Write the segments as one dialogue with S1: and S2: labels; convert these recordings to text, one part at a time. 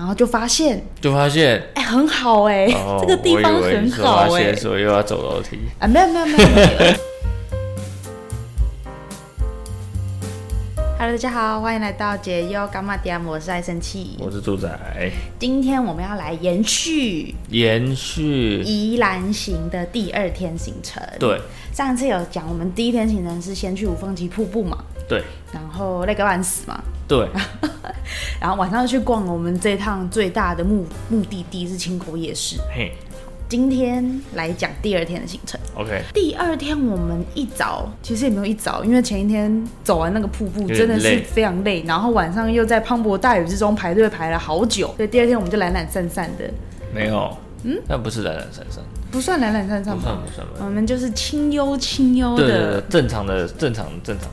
S1: 后就发现，
S2: 就发现
S1: 哎、很好哎、
S2: 哦，
S1: 这个地方
S2: 我以为
S1: 很
S2: 你说
S1: 好
S2: 发
S1: 哎、
S2: 现所以又要走楼梯。
S1: 啊，没有没有没有没有。Hello，大家好，欢迎来到解忧干嘛点，我是爱生气。
S2: 我是住宅，
S1: 今天我们要来延续
S2: 延续
S1: 宜兰行的第二天行程。，
S2: 对
S1: 上次有讲，我们第一天行程是先去五峰旗瀑布嘛，
S2: 对
S1: 然后累个半死嘛，
S2: 对，
S1: 然后晚上就去逛我们这趟最大的目目的地是青口夜市。
S2: 嘿
S1: 今天来讲第二天的行程。
S2: ，OK，
S1: 第二天我们一早，其实也没有一早，因为前一天走完那个瀑布
S2: 点
S1: 真的是
S2: 累
S1: 非常累，然后晚上又在磅礴大雨之中排队排了好久，所以第二天我们就懒懒散散的，
S2: 没有，嗯，那不是懒懒散散，
S1: 不算懒懒散散
S2: 不算
S1: 吧
S2: 不。算不算，
S1: 我们就是清幽清幽
S2: 对对对
S1: 的，，
S2: 正常的正常正常，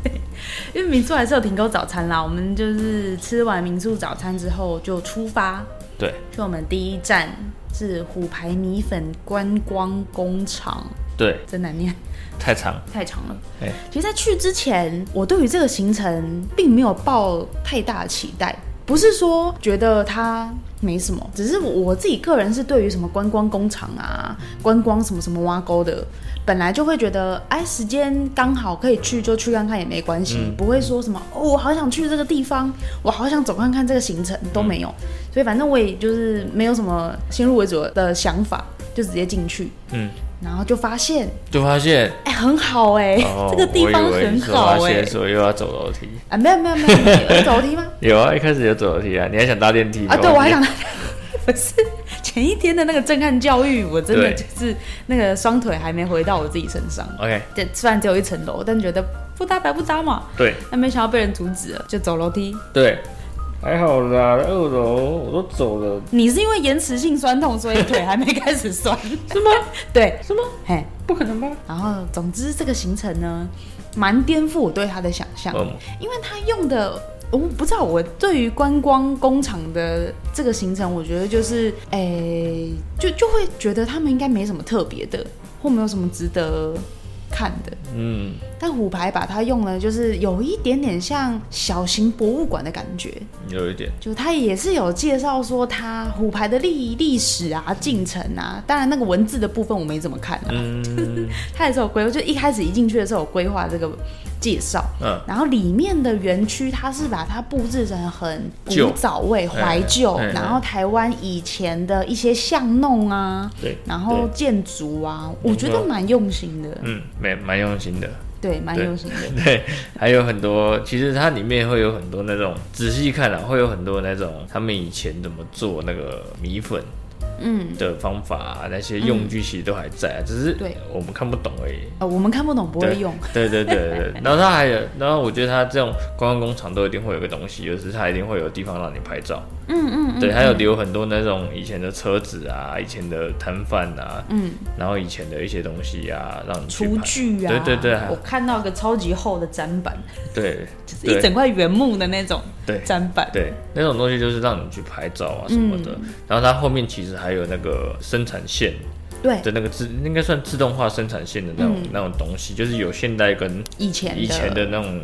S1: 因为民宿还是有停购早餐啦。我们就是吃完民宿早餐之后就出发，
S2: 对，
S1: 就我们第一站是虎牌米粉观光工厂，
S2: 对，
S1: 真难念，
S2: 太长，
S1: 太长了。
S2: 哎，
S1: 其实，在去之前，我对于这个行程并没有抱太大的期待，不是说觉得它没什么，只是我自己个人是对于什么观光工厂啊、观光什么什么挖沟的，本来就会觉得，哎，时间刚好可以去就去看看也没关系，
S2: 嗯
S1: 不会说什么哦，我好想去这个地方，我好想走看看这个行程都没
S2: 嗯
S1: 有，所以反正我也就是没有什么先入为主的想法，就直接进去，
S2: 嗯，
S1: 然后就发现，
S2: 就发现
S1: 哎，很好哎、
S2: 哦，
S1: 这个地
S2: 我以
S1: 方
S2: 为你
S1: 很
S2: 说发
S1: 好哎、
S2: 现所以又要走楼梯。
S1: 啊，没有没有没有没有，有走楼梯 吗？
S2: 有啊，一开始有走楼梯啊，你还想搭电梯
S1: 啊，对，
S2: 忘记
S1: 我还想， 不是前一天的那个震撼教育，我真的
S2: 对
S1: 就是那个双腿还没回到我自己身上。
S2: OK，
S1: 对，虽然只有一层楼，但觉得不搭白不搭嘛。
S2: 对
S1: 那没想到被人阻止了，就走楼梯。
S2: 对，还好啦，二楼我都走了，
S1: 你是因为延迟性酸痛，所以腿还没开始酸，是吗？ 对，
S2: 什么？
S1: 嘿，
S2: 不可能吧？
S1: 然后总之这个行程呢，蛮颠覆我对它的想象。
S2: 嗯，
S1: 因为他用的，我不知道我对于观光工厂的这个行程，我觉得就是，诶、就就会觉得他们应该没什么特别的，或没有什么值得看的。
S2: 嗯，
S1: 但虎牌把它用了，就是有一点点像小型博物馆的感觉，
S2: 嗯有一点，
S1: 就它也是有介绍说它虎牌的历历史啊、进程啊，当然那个文字的部分我没怎么看啊，
S2: 嗯
S1: 它也是有规划，就一开始一进去的时候有规划这个介绍，
S2: 嗯，
S1: 然后里面的园区，它是把它布置成很古
S2: 旧
S1: 早味、怀旧，
S2: 哎哎
S1: 然后台湾以前的一些巷弄啊，
S2: 对，
S1: 然后
S2: 对
S1: 建筑啊，
S2: 对
S1: 我觉得蛮用心的，
S2: 嗯，蛮蛮用心的，
S1: 对，蛮
S2: 对
S1: 用心的。
S2: 对，还有很多，其实它里面会有很多那种，仔细看啊，会有很多那种他们以前怎么做那个米粉
S1: 嗯，
S2: 的方法、啊，那些用具其实都还在、啊，只是
S1: 对
S2: 我们看不懂而已。
S1: 呃，我们看不懂，不会用，
S2: 对对对对，对然后它还有，然后我觉得它这种观光工厂都一定会有个东西，就是它一定会有地方让你拍照。
S1: 嗯嗯嗯，
S2: 对，还有留很多那种以前的车子啊，以前的摊贩啊，
S1: 嗯，
S2: 然后以前的一些东西啊，让你去
S1: 厨
S2: 拍。
S1: 具啊，
S2: 对对对
S1: 我看到个超级厚的砧板，
S2: 对，
S1: 就是
S2: 对
S1: 一整块原木的那种
S2: 对
S1: 砧板，
S2: 对，那种东西就是让你去拍照啊什么的。
S1: 嗯
S2: 然后它后面其实还有那个生产线
S1: 对，
S2: 的那个自，应该算自动化生产线的那种、
S1: 嗯
S2: 那种东西，就是有现代跟
S1: 以前的
S2: 以前的那种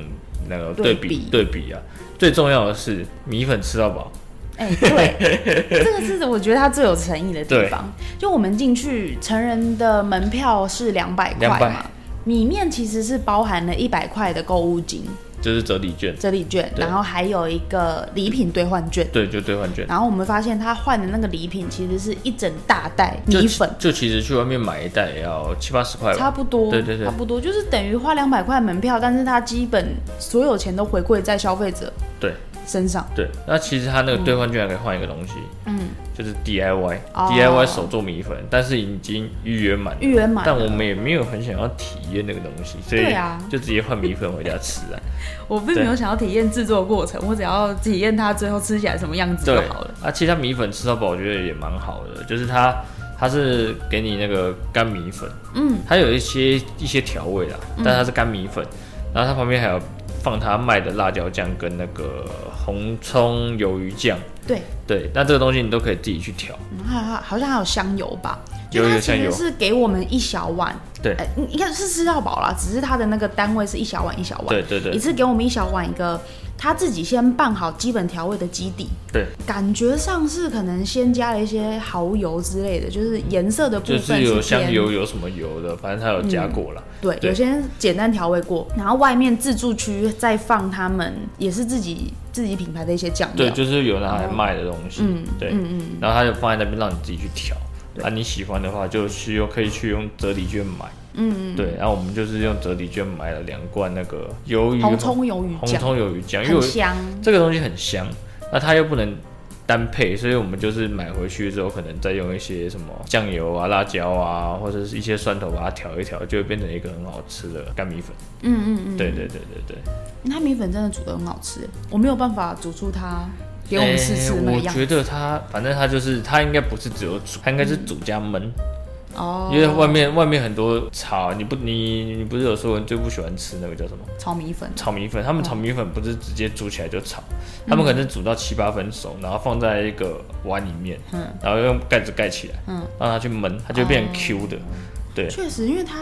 S2: 那个
S1: 对
S2: 对
S1: 比
S2: 比对比啊。最重要的是米粉吃到饱，
S1: 哎、对， 这个是我觉得它最有诚意的地方。就我们进去，成人的门票是两百块
S2: 200
S1: 嘛，里面其实是包含了一百块的购物金
S2: 就是折抵券，
S1: 折抵券，
S2: 对
S1: 然后还有一个礼品兑换券。
S2: 对，就兑换券。
S1: 然后我们发现他换的那个礼品其实是一整大袋
S2: 就
S1: 米粉，
S2: 就其实去外面买一袋也要七八十块吧，
S1: 差不多，
S2: 对对对
S1: 差不多就是等于花两百块门票，但是他基本所有钱都回馈在消费者
S2: 对
S1: 身上。
S2: 对，那其实它那个兑换券还可以换一个东西，
S1: 嗯，
S2: 就是 DIY、
S1: 哦
S2: DIY 手做米粉，但是已经预约满了，
S1: 预约满了
S2: 但我们也没有很想要体验那个东西，所以
S1: 对啊
S2: 就直接换米粉回家吃啊。
S1: 我并没有想要体验制作的过程，我只要体验它最后吃起来什么样子就
S2: 对
S1: 好了。，
S2: 啊，其实它米粉吃到饱，我觉得也蛮好的，就是它它是给你那个干米粉，
S1: 嗯，
S2: 它有一些一些调味啦，但它是干米粉，然后它旁边还有放它卖的辣椒酱跟那个红葱鱿鱼酱。
S1: 对，
S2: 对，那这个东西你都可以自己去调。
S1: 然后还有好像还有香油吧，就
S2: 有
S1: 它
S2: 有
S1: 其
S2: 香
S1: 实
S2: 油
S1: 是给我们一小碗，
S2: 对
S1: 呃，应应该是吃到饱啦，只是它的那个单位是一小碗一小碗，
S2: 对对对
S1: 一次给我们一小碗一个他自己先拌好基本调味的基底，
S2: 对，
S1: 感觉上是可能先加了一些蚝油之类的，就是颜色的部
S2: 就
S1: 分
S2: 是有香
S1: 偏
S2: 油有什么油的，反正它有
S1: 嗯
S2: 加过啦。
S1: 对，
S2: 对
S1: 有些简单调味过，然后外面自助区再放他们也是自己自己品牌的一些酱料。
S2: 对，就是有拿来卖的东西，
S1: 嗯
S2: 对，
S1: 嗯
S2: 然后他就放在那边让你自己去调。啊，你喜欢的话就去又可以去用折抵券买，
S1: 嗯
S2: 对，然后我们就是用折抵券买了两罐那个鱿
S1: 嗯，
S2: 鱼
S1: 红葱鱿鱼
S2: 红
S1: 酱
S2: 葱鱿鱼酱，因为
S1: 很
S2: 我
S1: 香，
S2: 这个东西很香，那它又不能单配，所以我们就是买回去之后，可能再用一些什么酱油啊、辣椒啊，或者是一些蒜头把它调一调，就会变成一个很好吃的干米粉。
S1: 嗯嗯嗯，
S2: 对对对对对，
S1: 它米粉真的煮的很好吃，我没有办法煮出它给我们试吃的那个
S2: 诶哎我
S1: 样
S2: 觉得它反正它就是它应该不是只有煮，它应该是煮加焖，
S1: 哦，
S2: 因为外面外面很多炒，你不你你不是有说你最不喜欢吃那个叫什么？
S1: 炒米粉，
S2: 炒米粉，他们炒米粉不是直接煮起来就炒，他们可能是煮到七八分熟，然后放在一个碗里面，
S1: 嗯
S2: 然后用盖子盖起来，让它去焖，它就变
S1: 哦
S2: 成 Q 的。对
S1: 确实，因为它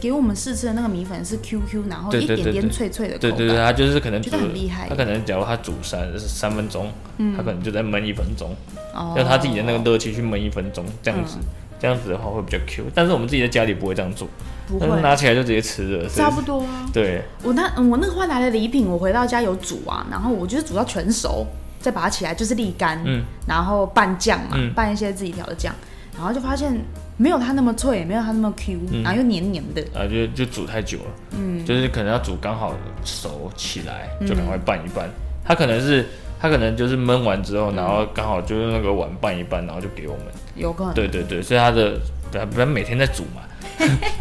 S1: 给我们试吃的那个米粉是 QQ，然后
S2: 对
S1: 一
S2: 对
S1: 点
S2: 对
S1: 点
S2: 对
S1: 脆脆的口
S2: 对
S1: 感，
S2: 对对，它就是可能
S1: 觉
S2: 煮
S1: 得很厉害，嗯
S2: 它可能假如它煮三三分钟，它可能就在焖一分钟，
S1: 哦
S2: 用它自己的那个热气去焖一分钟，这样子。
S1: 嗯
S2: 这样子的话会比较 Q，但是我们自己在家里不会这样做，
S1: 不
S2: 但是
S1: 会，
S2: 拿起来就直接吃了。所以
S1: 差不多啊。
S2: 对，
S1: 我那嗯我那个换来的礼品，我回到家有煮啊，然后我就是煮到全熟，再把它起来就是沥干，
S2: 嗯
S1: 然后拌酱嘛，
S2: 嗯
S1: 拌一些自己调的酱，然后就发现没有它那么脆，没有它那么 Q，、然
S2: 嗯
S1: 后又黏黏的，
S2: 啊，就就煮太久了，嗯，就是可能要煮刚好熟起来，
S1: 嗯
S2: 就赶快拌一拌。它可能是它可能就是焖完之后，然后刚好就用那个碗拌一拌，然后就给我们。
S1: 有可能。
S2: 对对对，所以它的对啊，不然每天在煮嘛，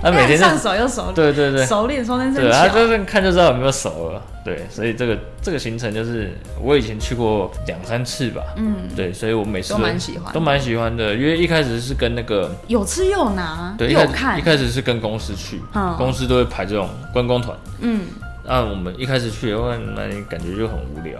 S2: 它每天在
S1: 哎 上，手又熟，
S2: 对对对
S1: 熟练熟能生
S2: 对，它
S1: 巧。
S2: 就是看就知道有没有熟了。对，所以这个这个行程就是我以前去过两三次吧，嗯，对，所以我每次
S1: 都蛮喜欢哦
S2: 都蛮喜欢的，因为一开始是跟那个
S1: 有吃又拿，
S2: 对，一
S1: 有
S2: 开始
S1: 看
S2: 一，开始是跟公司去，
S1: 嗯
S2: 公司都会排这种观光团。
S1: 嗯，
S2: 那我们一开始去的话，那你感觉就很无聊。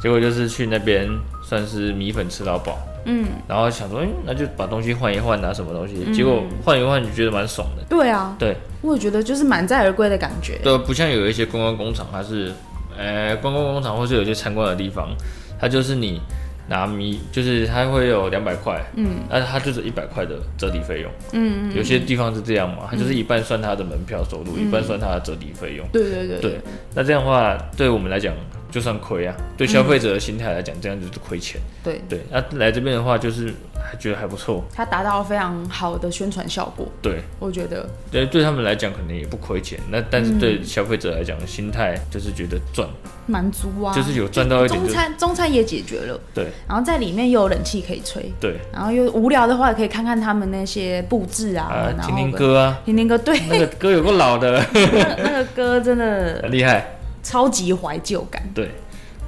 S2: 结果就是去那边算是米粉吃到饱，
S1: 嗯，
S2: 然后想说，哎、那就把东西换一换啊，什么东西？结果换一换，你觉得蛮爽的。
S1: 对啊，
S2: 对，
S1: 我也觉得就是满载而归的感觉。
S2: 对，不像有一些观光工厂，它是，呃，观光工厂或是有一些参观的地方，它就是你拿米，就是它会有两百块，嗯，但是它就是一百块的折抵费用，
S1: 嗯，
S2: 有些地方是这样嘛，它就是一半算它的门票收入，一半算它的折抵费用。
S1: 对对对
S2: 对，那这样的话，对我们来讲就算亏啊，对消费者的心态来讲，这样就是亏钱。
S1: 对，
S2: 对，那来这边的话，就是还觉得还不错，
S1: 它达到非常好的宣传效果，
S2: 对。
S1: 我觉得。
S2: 对，对他们来讲可能也不亏钱，那但
S1: 嗯
S2: 是对消费者来讲，心态就是觉得赚，
S1: 满足啊，
S2: 就是有赚到一点
S1: 中
S2: 就
S1: 餐中餐也解决了，
S2: 对
S1: 然后在里面又有冷气可以吹，
S2: 对
S1: 然后又无聊的话也可以看看他们那些布置啊，
S2: 啊，
S1: 然后
S2: 听听，歌啊，
S1: 听听歌，对，
S2: 那个歌有个老的，
S1: 那那个歌真的
S2: 很厉害，
S1: 超级怀旧感，
S2: 对。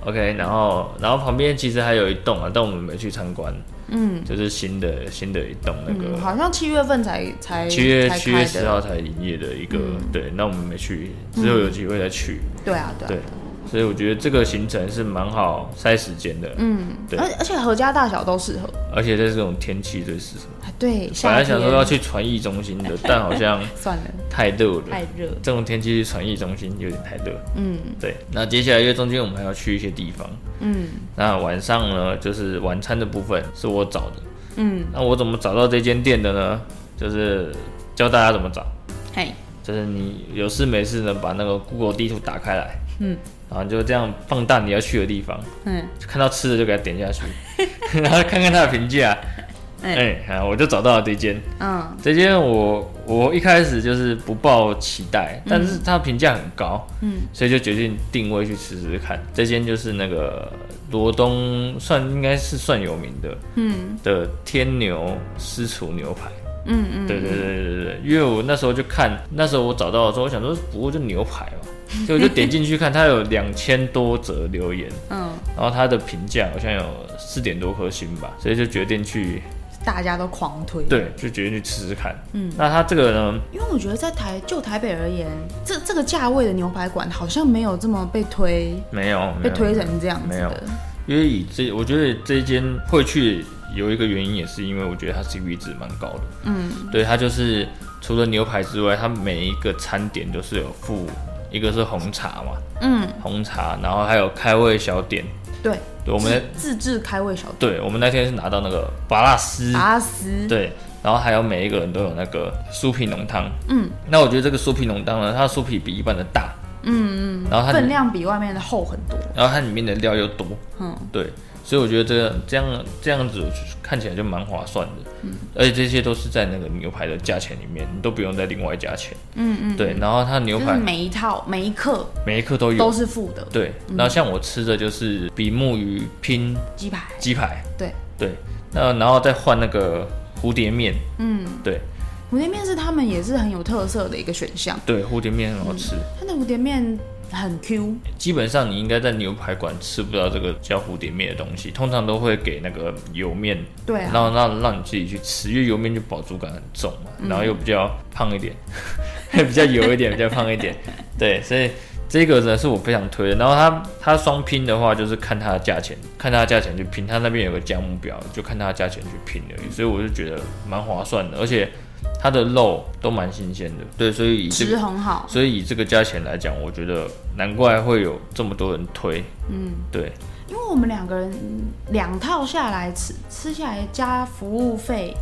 S2: OK，然后然后旁边其实还有一栋啊，但我们没去参观，
S1: 嗯
S2: 就是新的新的一栋那个
S1: 嗯，好像七月份才才
S2: 七月
S1: 才
S2: 七月
S1: 开
S2: 十
S1: 的，嗯
S2: 号才营业的一个，对，那我们没去，之后有机会再去，
S1: 对啊对啊
S2: 对，所以我觉得这个行程是蛮好塞时间的，
S1: 嗯，
S2: 对
S1: 而而且合家大小都适合，
S2: 而且在这种天气最适合。
S1: 啊对，
S2: 本
S1: 夏
S2: 来
S1: 天
S2: 想说要去传艺中心 的，但好像
S1: 算了，
S2: 太热了，
S1: 太热，
S2: 这种天气去传艺中心有点太热。
S1: 嗯
S2: 对，那接下来因为中间我们还要去一些地方，
S1: 嗯
S2: 那晚上呢就是晚餐的部分是我找的，
S1: 嗯，
S2: 那我怎么找到这间店的呢？就是教大家怎么找。
S1: 嘿，
S2: 就是你有事没事呢，把那个 Google 地图打开来，
S1: 嗯，
S2: 然后就这样放大你要去的地方，
S1: 嗯
S2: 就看到吃的就给它点下去， 然后看看它的评价。
S1: 哎
S2: 哎、啊，我就找到了这间，
S1: 嗯
S2: 这间我我一开始就是不抱期待，但是它评价很高，
S1: 嗯，
S2: 所以就决定定位去吃吃看。这间就是那个罗东算应该是算有名的
S1: 嗯
S2: 的天牛私厨牛排。
S1: 嗯嗯，
S2: 对对对对对，因为我那时候就看，那时候我找到的时候，我想说不过就牛排 嘛，所以我就点进去看，它有两千多则留言，
S1: 嗯，
S2: 然后它的评价好像有四点多颗星吧，所以就决定去，
S1: 大家都狂推，
S2: 对，就决定去吃吃看。
S1: 嗯，
S2: 那它这个呢，
S1: 因为我觉得在台就台北而言，这这个价位的牛排馆好像没有这么被推
S2: 没有
S1: 被
S2: 没有，
S1: 推成这样子
S2: 没有
S1: 的。
S2: 因为以这，我觉得这间会去有一个原因，也是因为我觉得它 CP 值蛮高的，
S1: 嗯
S2: 对，它就是除了牛排之外，它每一个餐点都是有附一个是红茶嘛，
S1: 嗯，
S2: 红茶，然后还有开胃小点。
S1: 对，
S2: 对我们那
S1: 自制开胃小
S2: 对我们那天是拿到那个巴拉斯，
S1: 阿斯，
S2: 对，然后还有每一个人都有那个酥皮浓汤。
S1: 嗯，
S2: 那我觉得这个酥皮浓汤呢，它的酥皮比一般的大，嗯嗯，然后它
S1: 分
S2: 里
S1: 量比外面的厚很多。
S2: 然后它里面的料又多，
S1: 嗯，
S2: 对，所以我觉得这个这样这样子看起来就蛮划算的，嗯，而且这些都是在那个牛排的价钱里面，你都不用再另外加钱，
S1: 嗯
S2: 嗯，对，然后它牛
S1: 就是
S2: 排
S1: 每一套每一克
S2: 每一颗都有，
S1: 都是嗯付的
S2: 对，然后像我吃的就是比目鱼拼
S1: 鸡排，
S2: 鸡排，
S1: 对，
S2: 对，那然后再换那个蝴蝶面，
S1: 嗯，
S2: 对
S1: 蝴蝶面是他们也是很有特色的一个选项，
S2: 对，蝴蝶面很好吃，
S1: 它的蝴蝶面很 Q，
S2: 基本上你应该在牛排馆吃不到这个叫蝴蝶面的东西，通常都会给那个油面，
S1: 对啊，
S2: 让让让你自己去吃，因为油面就饱足感很重嘛，
S1: 嗯
S2: 然后又比较胖一点， 比较油一点， 比较胖一点，对，所以这个呢是我非常推的。然后它它双拼的话，就是看它的价钱，看它的价钱去拼，它那边有个价目表，就看它的价钱去拼而已，所以我就觉得蛮划算的，而且它的肉都蛮新鲜的，对，所以以这个
S1: 值很好，
S2: 所以以这个价钱来讲，我觉得难怪会有这么多人推。
S1: 嗯，
S2: 对，
S1: 因为我们两个人两套下来吃吃下来加服务费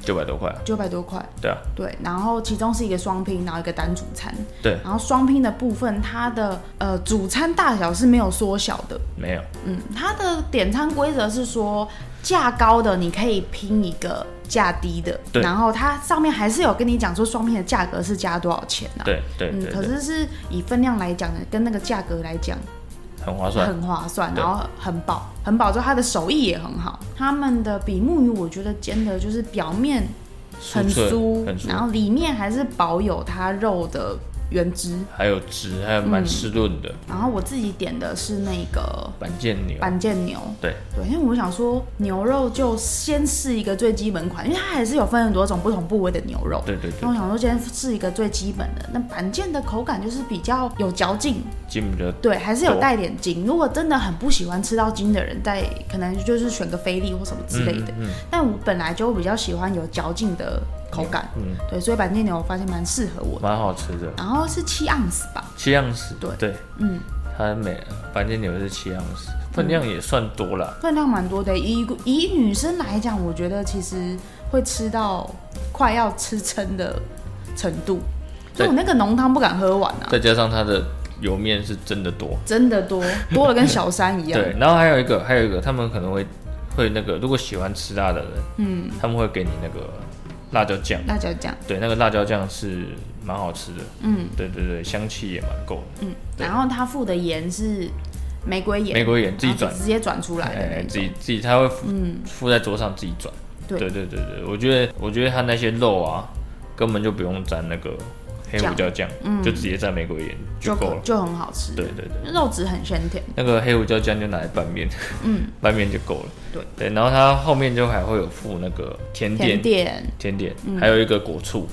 S2: 九百多块啊，
S1: 九百多块，
S2: 对啊，
S1: 对，然后其中是一个双拼，然后一个单主餐，
S2: 对，
S1: 然后双拼的部分它的呃主餐大小是没有缩小的，
S2: 没有，
S1: 嗯，它的点餐规则是说，价高的你可以拼一个价低的，
S2: 对
S1: 然后它上面还是有跟你讲说双拼的价格是加多少钱呢、啊？
S2: 对对
S1: 嗯，
S2: 对
S1: 可
S2: 对，
S1: 是是以分量来讲的，跟那个价格来讲
S2: 很划算。
S1: 很划算，
S2: 对
S1: 然后很饱，很饱之后它的手艺也很好。他们的比目鱼我觉得煎的就是表面很
S2: 酥脆
S1: 酥，
S2: 很酥
S1: 然后里面还是保有它肉的原汁。
S2: 还有汁，还有蛮湿润的
S1: 然后我自己点的是那个
S2: 板腱牛，
S1: 嗯板腱牛，
S2: 对
S1: 对，因为我想说牛肉就先试一个最基本款，因为它还是有分很多种不同部位的牛肉。
S2: 对对
S1: 那
S2: 对
S1: 我，想说先试一个最基本的，那板腱的口感就是比较有嚼劲，
S2: 筋比较嗯
S1: 对，还是有
S2: 多
S1: 带点筋。如果真的很不喜欢吃到筋的人，在可能就是选个菲力或什么之类的。
S2: 嗯
S1: 但我本来就比较喜欢有嚼劲的口感，
S2: 嗯，嗯
S1: 对，所以板腱牛我发现蛮适合我的。
S2: 蛮好吃的，
S1: 然后是七盎司吧，
S2: 七盎司，
S1: 对
S2: 对，
S1: 嗯，
S2: 它每板腱牛是七盎司，分量也算多啦。
S1: 分量蛮多的。以以女生来讲，我觉得其实会吃到快要吃撑的程度，所
S2: 对
S1: 以我那个浓汤不敢喝完啊，
S2: 再加上它的油面是真的多，
S1: 真的多多了跟小山一样。
S2: 对，然后还有一个，还有一个，他们可能会会那个，如果喜欢吃辣的人，
S1: 嗯，
S2: 他们会给你那个辣椒酱，
S1: 辣椒酱，
S2: 对，那个辣椒酱是蛮好吃的，
S1: 嗯
S2: 对对对，香气也蛮够的，
S1: 嗯，
S2: 对
S1: 然后它附的盐是玫瑰盐，
S2: 玫瑰盐自己转哎
S1: 然后直接转出来的那种嗯
S2: 自己自己他会附附在桌上自己转，
S1: 对
S2: 对对对对，我觉得我觉得他那些肉啊，根本就不用沾那个黑胡椒酱，
S1: 嗯
S2: 就直接沾玫瑰盐就
S1: 就
S2: 够
S1: 可
S2: 了，
S1: 就很好吃，
S2: 对对对。
S1: 肉质很鲜甜，
S2: 那个黑胡椒酱就拿来拌面，
S1: 嗯，
S2: 拌面就够了。
S1: 对
S2: 对，然后它后面就还会有附那个甜点
S1: 甜，点，
S2: 甜点，还有一个果醋。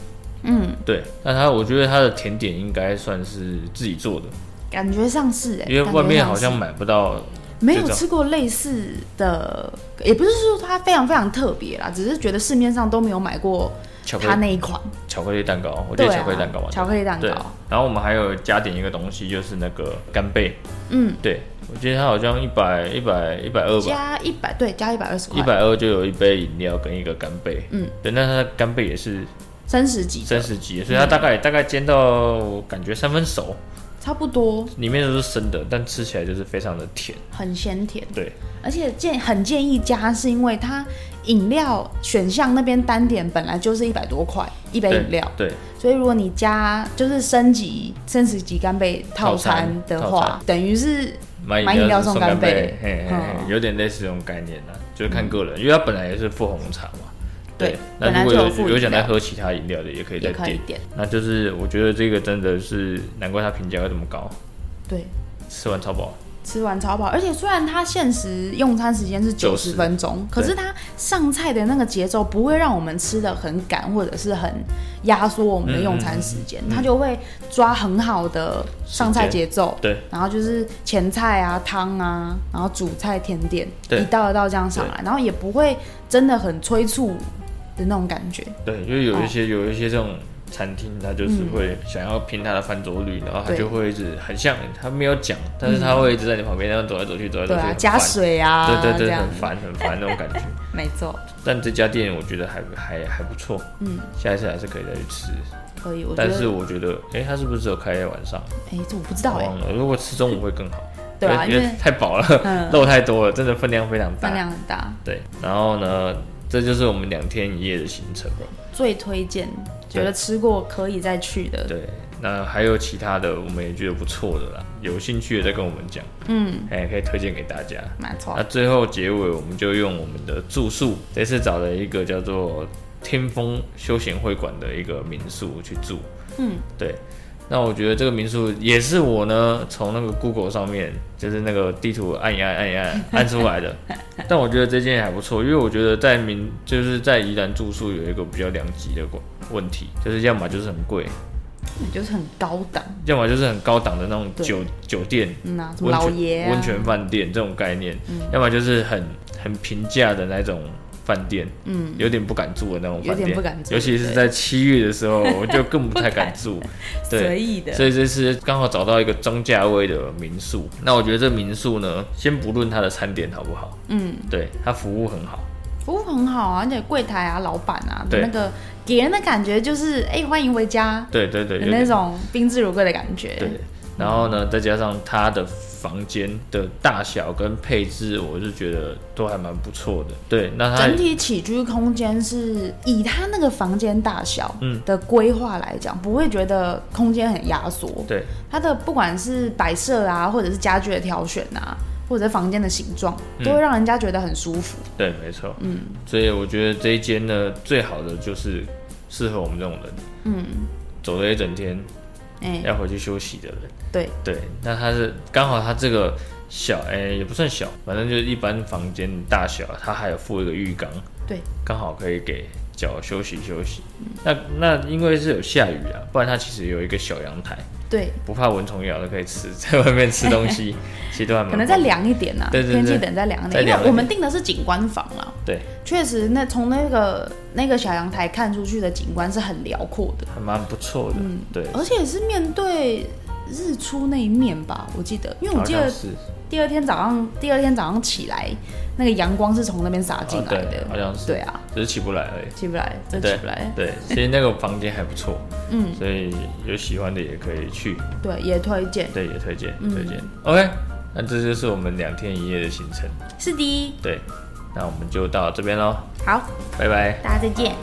S1: 嗯，
S2: 对，那它我觉得它的甜点应该算是自己做的，
S1: 感觉上是哎、欸，
S2: 因为
S1: 感觉
S2: 外面
S1: 上
S2: 好
S1: 是
S2: 像买不到。
S1: 没有
S2: 这种
S1: 吃过类似的，也不是说它非常非常特别啦，只是觉得市面上都没有买过
S2: 巧克
S1: 它
S2: 力
S1: 那一款。
S2: 巧克力蛋糕，我记
S1: 对
S2: 得
S1: 啊，
S2: 巧克力蛋糕嘛，
S1: 巧克力蛋
S2: 对
S1: 糕，。
S2: 然后我们还有加点一个东西，就是那个干贝。
S1: 嗯，
S2: 对，我记得它好像一百一百一百二吧，
S1: 加一百对，加一百二十
S2: 一
S1: 块，
S2: 百二就有一杯饮料跟一个干贝。
S1: 嗯，
S2: 对，那它的干贝也是
S1: 三十几，
S2: 三十几，所以它大概、大概煎到我感觉三分熟，
S1: 差不多，
S2: 里面都是生的，但吃起来就是非常的甜。
S1: 很鲜甜。
S2: 对，
S1: 而且建很建议加，是因为它饮料选项那边单点本来就是一百多块一杯
S2: 对
S1: 饮料，
S2: 对，
S1: 所以如果你加就是升级升十级干贝套餐的
S2: 套
S1: 话
S2: 餐，
S1: 等于是
S2: 买
S1: 买饮料送干
S2: 干
S1: 贝
S2: 嘿嘿
S1: 嗯
S2: 嘿，有点类似这种概念啦，就是看个人，因为它本来也是附红茶嘛。
S1: 对本
S2: 那
S1: 来
S2: 如
S1: 就有
S2: 果
S1: 附饮
S2: 有有想
S1: 料
S2: 再喝其他饮料的，也可以再
S1: 也可以
S2: 点。
S1: 点。
S2: 那就是我觉得这个真的是难怪它评价会这么高，
S1: 对，
S2: 吃完超饱。
S1: 吃完超饱，而且虽然它限时用餐时间是九十
S2: 90
S1: 分钟，可是它上菜的那个节奏不会让我们吃的很赶，或者是很压缩我们的用餐时
S2: 嗯
S1: 间，它就会抓很好的上菜节奏。
S2: 对
S1: 然后就是前菜啊、汤啊，然后主菜、甜点，
S2: 对
S1: 一道一道这样上来，然后也不会真的很催促的那种感觉。哦
S2: 对，因为有一些、有一些这种餐厅，他就是
S1: 嗯
S2: 会想要拼他的翻桌率，然后他
S1: 对
S2: 就会一直很像他没有讲，但是他会一直在你旁边那样走来走去，走来走
S1: 对
S2: 去，
S1: 啊，
S2: 很
S1: 加
S2: 烦，
S1: 水啊，
S2: 对对
S1: 这
S2: 对，
S1: 样
S2: 很烦很烦那 种感觉。
S1: 没错，
S2: 但这家店我觉得还还还不错，
S1: 嗯，
S2: 下一次还是可以再去吃。
S1: 可以，我觉
S2: 但
S1: 得，
S2: 是我觉得，哎、他是不是只有开在晚上？
S1: 哎、这我不知
S2: 我
S1: 道哎、
S2: 忘了。如果吃中午会更好，
S1: 对啊
S2: 哦因
S1: 因
S2: 为
S1: 为
S2: 太饱了，
S1: 嗯，
S2: 肉太多了，真的分量非常大。
S1: 分量很大，
S2: 对，然后呢，这就是我们两天一夜的行程了。
S1: 最推荐，觉得吃过可以再去的，
S2: 对，那还有其他的，我们也觉得不错的啦，有兴趣的再跟我们讲，
S1: 嗯，
S2: 哎，可以推荐给大家。
S1: 没错
S2: 那，最后结尾，我们就用我们的住宿，这次找了一个叫做天风休闲会馆的一个民宿去住。
S1: 嗯，
S2: 对。那我觉得这个民宿也是我呢从那个 Google 上面，就是那个地图按一按按一按按出 来的。但我觉得这间也还不错，因为我觉得在民就是在宜兰住宿有一个比较两极的问题，就是要么就是很贵，
S1: 那就是很高档，
S2: 要么就是很高档的那种
S1: 对
S2: 酒酒店，
S1: 嗯啊，什么
S2: 温
S1: 老
S2: 泉
S1: 爷、啊、
S2: 温泉饭店这种概念，要么就是很很平价的那种饭店，
S1: 嗯，
S2: 有点不敢住的那种饭店，
S1: 有点不敢住
S2: 尤其是在七月的时候，我就更不太敢住，
S1: 随
S2: 对。
S1: 意的，
S2: 所以这次刚好找到一个中价位的民宿，那我觉得这民宿呢，先不论它的餐点好不好，
S1: 嗯，
S2: 对它服务很好，
S1: 服务很好啊，而且柜台啊、老板啊的
S2: 对
S1: 那个给人的感觉就是，哎、欢迎回家
S2: 对对对，
S1: 的
S2: 有点
S1: 那种宾至如归的感觉。
S2: 对，然后呢，再加上它的房间的大小跟配置，我是觉得都还蛮不错的。对，那它
S1: 整体起居空间是以他那个房间大小
S2: 嗯
S1: 的规划来讲，不会觉得空间很压缩。
S2: 对
S1: 它的不管是摆设啊，或者是家具的挑选啊，或者是房间的形状，
S2: 嗯
S1: 都会让人家觉得很舒服。
S2: 对，没错，嗯，所以我觉得这一间呢，最好的就是适合我们这种人，嗯，走了一整天
S1: 哎、
S2: 要回去休息的人。
S1: 对，
S2: 对，那它是刚好它这个小，哎、也不算小，反正就是一般房间大小，它还有附一个浴缸，
S1: 对，
S2: 刚好可以给脚休息休息。那那因为是有下雨啊，不然它其实有一个小阳台，
S1: 对，
S2: 不怕蚊虫咬都可以吃，在外面吃 东西，其实都还蛮
S1: 可能再
S2: 方便
S1: 凉一点呐、啊，
S2: 对对对
S1: 天气等再凉一
S2: 再
S1: 点，因
S2: 凉一
S1: 为我们订的是景观房啊。
S2: 对，
S1: 确实，那从那个那个小阳台看出去的景观是很辽阔的，
S2: 还蛮不错的，
S1: 嗯
S2: 对，
S1: 而且是面对日出那一面吧，我记得，因为我
S2: 好
S1: 记
S2: 像
S1: 得
S2: 是
S1: 第二天早上，第二天早上起来，那个阳光是从那边洒进
S2: 啊
S1: 来
S2: 对，好
S1: 的，
S2: 像是，
S1: 对啊，
S2: 只是起不来而已。
S1: 起不来，真
S2: 对
S1: 起不来，
S2: 对，所以那个房间还不错，
S1: 嗯，
S2: 所以有喜欢的也可以去，
S1: 对，也推荐，
S2: 对，也推荐推荐。OK，那
S1: 嗯
S2: 这就是我们两天一夜的行程，
S1: 是的，
S2: 对，那我们就到这边喽，
S1: 好，
S2: 拜拜。
S1: 大家再见。